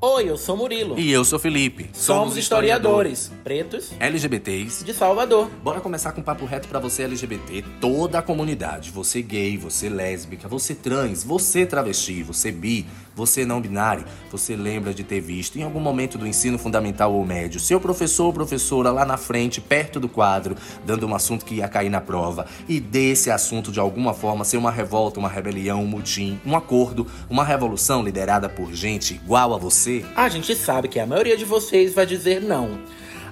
Oi, eu sou Murilo. E eu sou Felipe. Somos historiadores, pretos LGBTs. de Salvador. Bora começar com um papo reto pra você LGBT, toda a comunidade, você gay, você lésbica, você trans, você travesti, você bi, você não binário, você lembra de ter visto em algum momento do ensino fundamental ou médio, seu professor ou professora lá na frente, perto do quadro, dando um assunto que ia cair na prova, e desse assunto de alguma forma ser uma revolta, uma rebelião, um mutim, um acordo, uma revolução liderada por gente igual a você, A gente sabe que a maioria de vocês vai dizer não.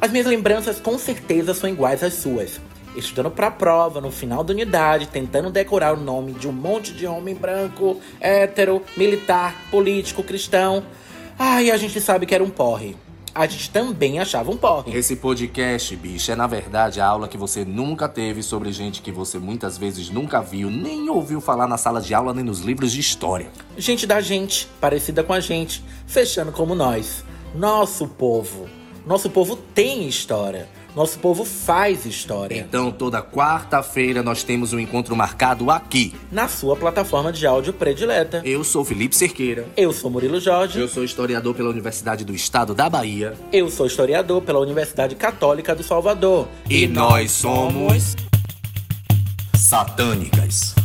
As minhas lembranças com certeza são iguais às suas. Estudando pra prova, no final da unidade, tentando decorar o nome de um monte de homem branco, hétero, militar, político, cristão. Ai, a gente sabe que era um porre. A gente também achava um porre. Esse podcast, bicho, é na verdade a aula que você nunca teve sobre gente que você muitas vezes nunca viu, nem ouviu falar na sala de aula nem nos livros de história. Gente da gente, parecida com a gente, fechando como nós. Nosso povo. Nosso povo tem história. Nosso povo faz história. Então, toda quarta-feira nós temos um encontro marcado aqui. Na sua plataforma de áudio predileta. Eu sou Felipe Cerqueira. Eu sou Murilo Jorge. Eu sou historiador pela Universidade do Estado da Bahia. Eu sou historiador pela Universidade Católica do Salvador. E nós somos Satânicas.